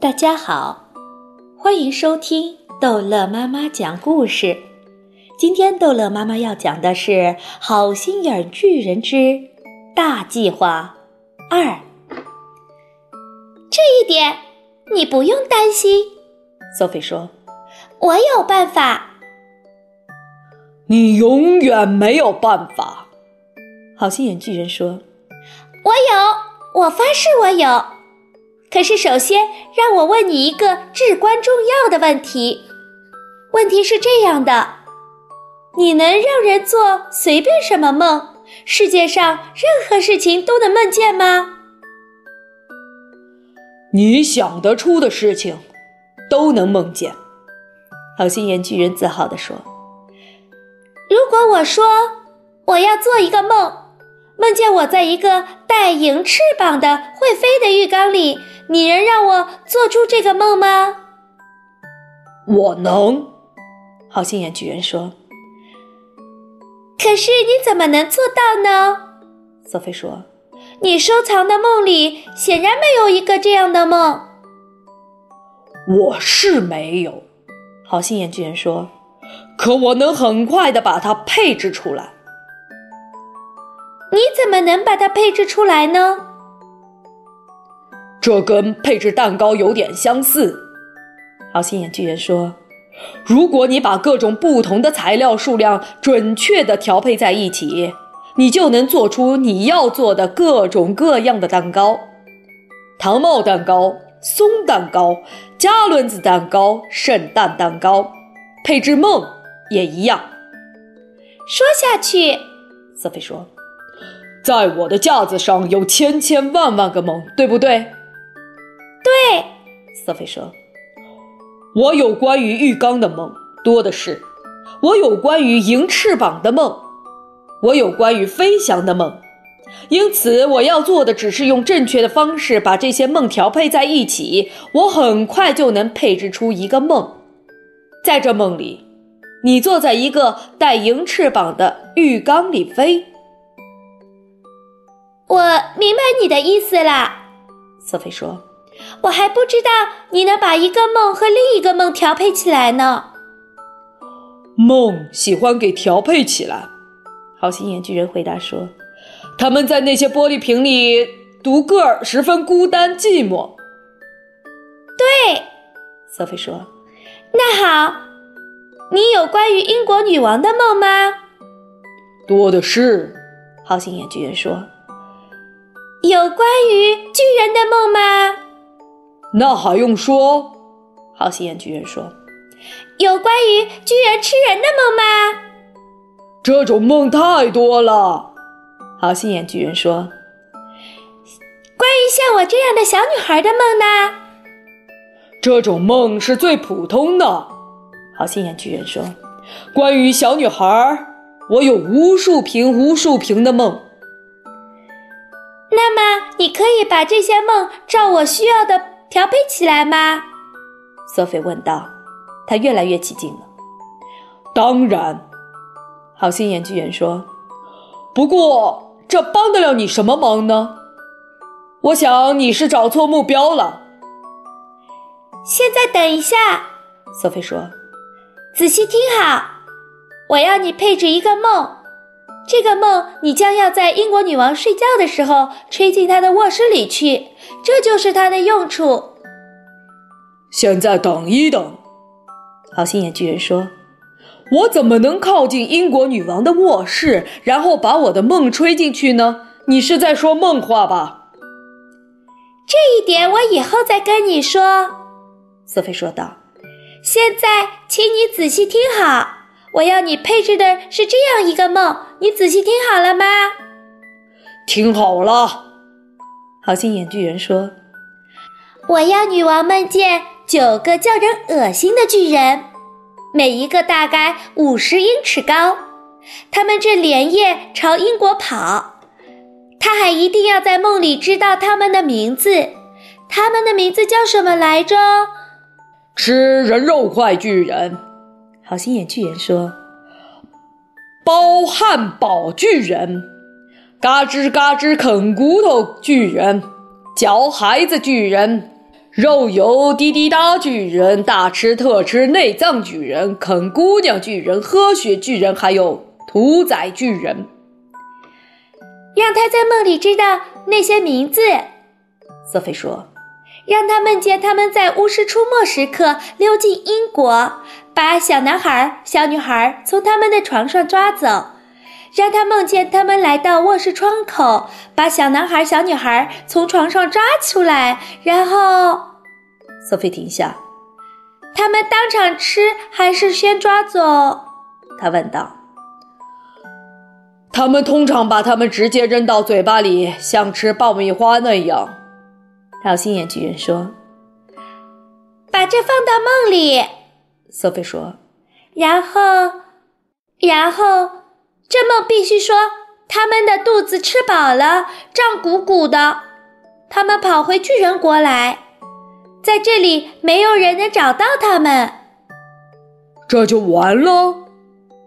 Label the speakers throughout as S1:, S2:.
S1: 大家好，欢迎收听逗乐妈妈讲故事。今天逗乐妈妈要讲的是《好心眼巨人之大计划二》。
S2: 这一点你不用担心，
S1: 索菲说：“
S2: 我有办法。”
S3: 你永远没有办法，
S1: 好心眼巨人说：“
S2: 我有，我发誓我有。可是首先让我问你一个至关重要的问题。问题是这样的。”你能让人做随便什么梦？世界上任何事情都能梦见吗？
S3: 你想得出的事情，都能梦见。
S1: 好心眼巨人自豪地说：“
S2: 如果我说我要做一个梦，梦见我在一个带银翅膀的会飞的浴缸里，你能让我做出这个梦吗？”
S3: 我能。
S1: 好心眼巨人说。
S2: 可是你怎么能做到呢？
S1: 索菲说：“
S2: 你收藏的梦里显然没有一个这样的梦。”
S3: 我是没有，
S1: 好心眼巨人说：“
S3: 可我能很快的把它配置出来。”
S2: 你怎么能把它配置出来呢？
S3: 这跟配置蛋糕有点相似，
S1: 好心眼巨人说。
S3: 如果你把各种不同的材料数量准确地调配在一起，你就能做出你要做的各种各样的蛋糕：糖帽蛋糕、松蛋糕、加仑子蛋糕、圣诞蛋糕。配置梦也一样。
S2: 说下去，
S1: 瑟菲说：“
S3: 在我的架子上有千千万万个梦，对不对？”
S2: 对，
S1: 瑟菲说。
S3: 我有关于浴缸的梦多的是，我有关于银翅膀的梦，我有关于飞翔的梦，因此我要做的只是用正确的方式把这些梦调配在一起，我很快就能配置出一个梦。在这梦里，你坐在一个带银翅膀的浴缸里飞。
S2: 我明白你的意思啦，
S1: 瑟菲说。
S2: 我还不知道你能把一个梦和另一个梦调配起来呢。
S3: 梦喜欢给调配起来，
S1: 好心眼巨人回答说：“
S3: 他们在那些玻璃瓶里独个儿，十分孤单寂寞。”
S2: 对，
S1: 瑟菲说：“
S2: 那好，你有关于英国女王的梦吗？”
S3: 多的是，
S1: 好心眼巨人说：“
S2: 有关于巨人的梦吗？”
S3: 那还用说？
S1: 好心眼巨人说：“
S2: 有关于巨人吃人的梦吗？”
S3: 这种梦太多了。
S1: 好心眼巨人说：“
S2: 关于像我这样的小女孩的梦呢？”
S3: 这种梦是最普通的。
S1: 好心眼巨人说：“
S3: 关于小女孩，我有无数瓶无数瓶的梦。”
S2: 那么，你可以把这些梦照我需要的。调配起来吗？
S1: 索菲问道。他越来越起劲了。
S3: 当然，
S1: 好心眼巨人说。
S3: 不过这帮得了你什么忙呢？我想你是找错目标了。
S2: 现在等一下，
S1: 索菲说。
S2: 仔细听好，我要你配置一个梦。这个梦，你将要在英国女王睡觉的时候吹进她的卧室里去，这就是它的用处。
S3: 现在等一等，
S1: 好心眼巨人说：“
S3: 我怎么能靠近英国女王的卧室，然后把我的梦吹进去呢？你是在说梦话吧？”
S2: 这一点我以后再跟你说。”
S1: 瑟菲说道。
S2: “现在，请你仔细听好。”我要你配置的是这样一个梦，你仔细听好了吗？
S3: 听好了，
S1: 好心眼巨人说：“
S2: 我要女王梦见九个叫人恶心的巨人，每一个大概五十英尺高，他们正连夜朝英国跑。她还一定要在梦里知道他们的名字，他们的名字叫什么来着？
S3: 吃人肉块巨人。”
S1: 好心眼巨人说：“
S3: 包汉堡巨人，嘎吱嘎吱啃骨头巨人，嚼孩子巨人，肉油滴滴答巨人，大吃特吃内脏巨人，啃姑娘巨人，喝血巨人，还有屠宰巨人。
S2: 让他在梦里知道那些名字。
S3: 瑟菲说
S2: 让他梦见他们在巫师出没时刻溜进英国，把小男孩、小女孩从他们的床上抓走；让他梦见他们来到卧室窗口，把小男孩、小女孩从床上抓出来，然后：“
S3: 瑟菲停下，
S2: 他们当场吃还是先抓走？”
S3: 他问道：“他们通常把它们直接扔到嘴巴里，像吃爆米花那样。”
S1: 好心眼巨人说
S2: 把这放到梦里，：“
S3: 瑟菲说，
S2: 然后，然后，这梦必须说他们的肚子吃饱了，胀鼓鼓的。他们跑回巨人国来，在这里没有人能找到他们。
S3: 这就完了。”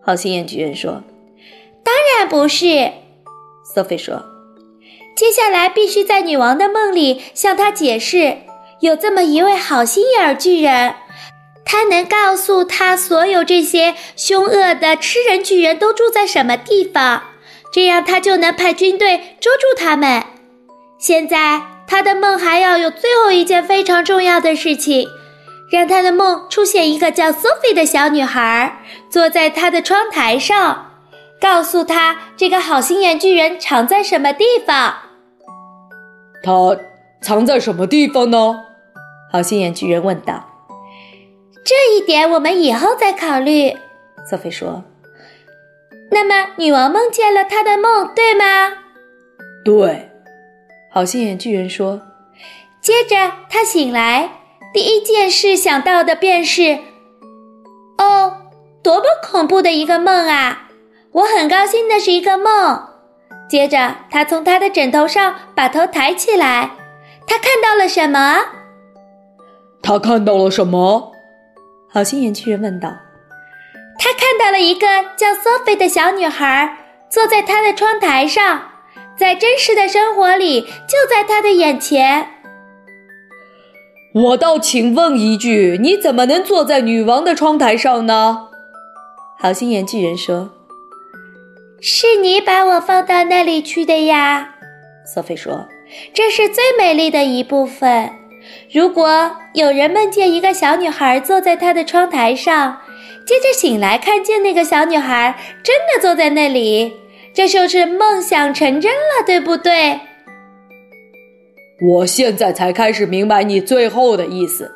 S1: 好心眼巨人说
S2: 当然不是，
S1: 瑟菲说
S2: 接下来必须在女王的梦里向她解释，有这么一位好心眼儿巨人，他能告诉她所有这些凶恶的吃人巨人都住在什么地方，这样他就能派军队捉住他们。现在他的梦还要有最后一件非常重要的事情，让他的梦出现一个叫 Sophie 的小女孩，坐在他的窗台上。告诉他这个好心眼巨人藏在什么地方。
S3: 它藏在什么地方呢？
S1: 好心眼巨人问道。
S2: 这一点我们以后再考虑。
S1: 瑟菲说
S2: 那么，女王梦见了她的梦，对吗？
S3: 对，：“
S1: 好心眼巨人说
S2: 接着她醒来，第一件事想到的便是，哦，多么恐怖的一个梦啊！我很高兴那是一个梦。接着，她从她的枕头上把头抬起来，她看到了什么？
S3: 他看到了什么？
S1: 好心眼巨人问道。
S2: 他看到了一个叫 Sophie 的小女孩坐在他的窗台上，在真实的生活里就在他的眼前。
S3: 我倒请问一句，你怎么能坐在女王的窗台上呢？
S1: 好心眼巨人说
S2: 是你把我放到那里去的呀，
S1: 瑟菲说
S2: 这是最美丽的一部分。如果有人梦见一个小女孩坐在他的窗台上，接着醒来看见那个小女孩真的坐在那里，这就是梦想成真了，对不对？
S3: 我现在才开始明白你最后的意思。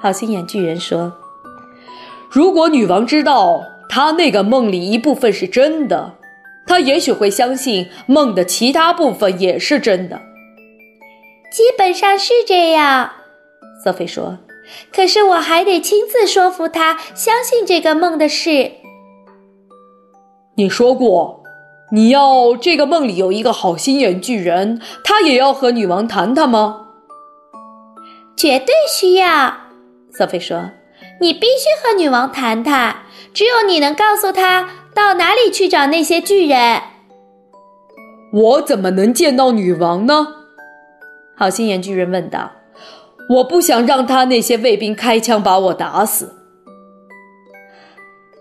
S1: 好心眼巨人说
S3: 如果女王知道她那个梦里一部分是真的，她也许会相信梦的其他部分也是真的。
S2: 基本上是这样。
S1: 瑟菲说
S2: 可是我还得亲自说服他相信这个梦的事。
S3: 你说过，你要这个梦里有一个好心眼巨人，他也要和女王谈谈吗？
S2: 绝对需要，
S1: 瑟菲说
S2: 你必须和女王谈谈。只有你能告诉她到哪里去找那些巨人。
S3: 我怎么能见到女王呢？
S1: 好心眼巨人问道。
S3: 我不想让他那些卫兵开枪把我打死。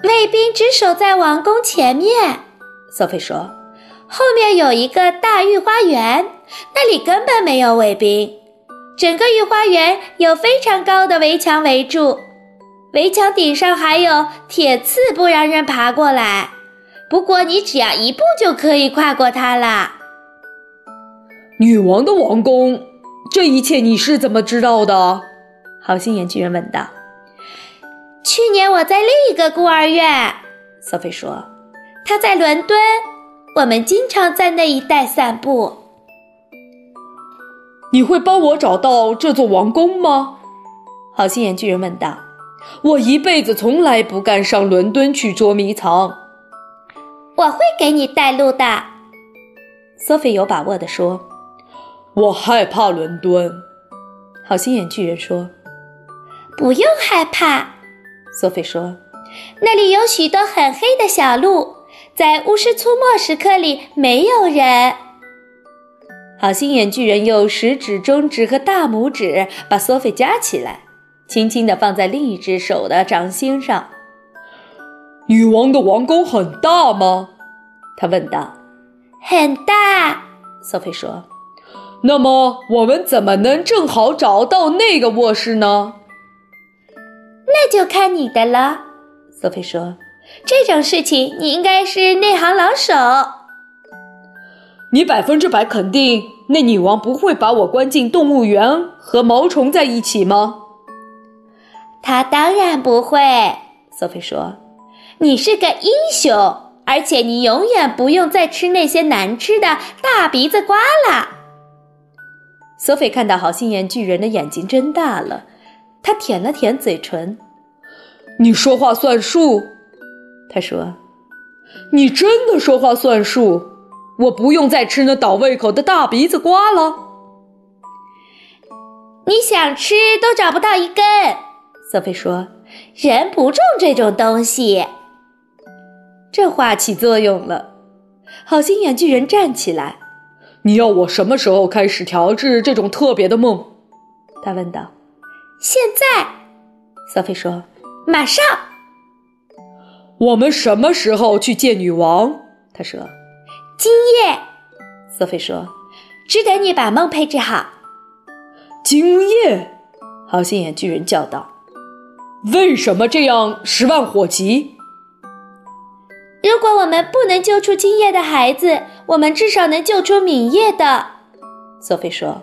S2: 卫兵只守在王宫前面，
S1: 瑟菲说
S2: 后面有一个大御花园，那里根本没有卫兵。整个御花园有非常高的围墙围住，围墙顶上还有铁刺，不让人爬过来。不过你只要一步就可以跨过它啦。
S3: 女王的王宫，这一切你是怎么知道的？
S1: 好心眼巨人问道。
S2: 去年我在另一个孤儿院，
S1: 瑟菲说
S2: 它在伦敦，我们经常在那一带散步。
S3: 你会帮我找到这座王宫吗？
S1: 好心眼巨人问道。
S3: 我一辈子从来不敢上伦敦去捉迷藏。
S2: 我会给你带路的。
S1: 瑟菲有把握地说
S3: 我害怕伦敦。：“
S1: 好心眼巨人说。
S2: 不用害怕，”
S1: 瑟菲说
S2: 那里有许多很黑的小路，在巫师出没时刻里没有人。：“
S1: 好心眼巨人用食指、中指和大拇指把索菲夹起来，轻轻地放在另一只手的掌心上。
S3: 女王的王宫很大吗？
S1: 他问道。
S2: 很大，
S1: 索菲说。
S3: 那么我们怎么能正好找到那个卧室呢？
S2: 那就看你的了。
S1: 索菲说：“
S2: 这种事情你应该是内行老手。
S3: 你百分之百肯定那女王不会把我关进动物园和毛虫在一起吗？”
S2: 她当然不会。
S1: 索菲说：“
S2: 你是个英雄，而且你永远不用再吃那些难吃的大鼻子瓜啦。”
S1: 索菲看到好心眼巨人的眼睛睁大了，他舔了舔嘴唇。
S3: “你说话算数？”
S1: 他说，“
S3: 你真的说话算数？我不用再吃那倒胃口的大鼻子瓜了。”“
S2: 你想吃都找不到一根。”
S1: 索菲说，“
S2: 人不种这种东西。”
S1: 这话起作用了，好心眼巨人站起来。
S3: 你要我什么时候开始调制这种特别的梦？
S1: 他问道。
S2: 现在，
S1: 索菲说。
S2: 马上。
S3: 我们什么时候去见女王？他说。
S2: 今夜，
S1: 索菲说。
S2: 只等你把梦配置好。
S3: 今夜，
S1: 好心眼巨人叫道。
S3: 为什么这样十万火急？
S2: 如果我们不能救出今夜的孩子，我们至少能救出敏夜的，
S1: 索菲说。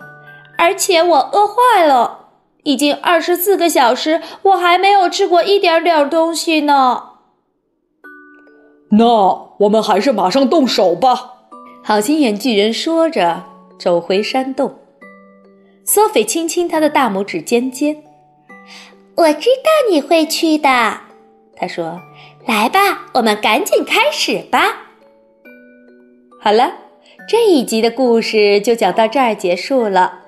S2: 而且我饿坏了，已经二十四个小时，我还没有吃过一点点东西呢。
S3: 那我们还是马上动手吧！
S1: 好心眼巨人说着，走回山洞。索菲轻轻他的大拇指尖尖。
S2: 我知道你会去的，
S1: 他说。
S2: 来吧，我们赶紧开始吧。
S1: 好了，这一集的故事就讲到这儿结束了。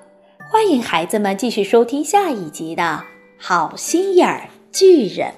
S1: 欢迎孩子们继续收听下一集的《好心眼儿巨人》。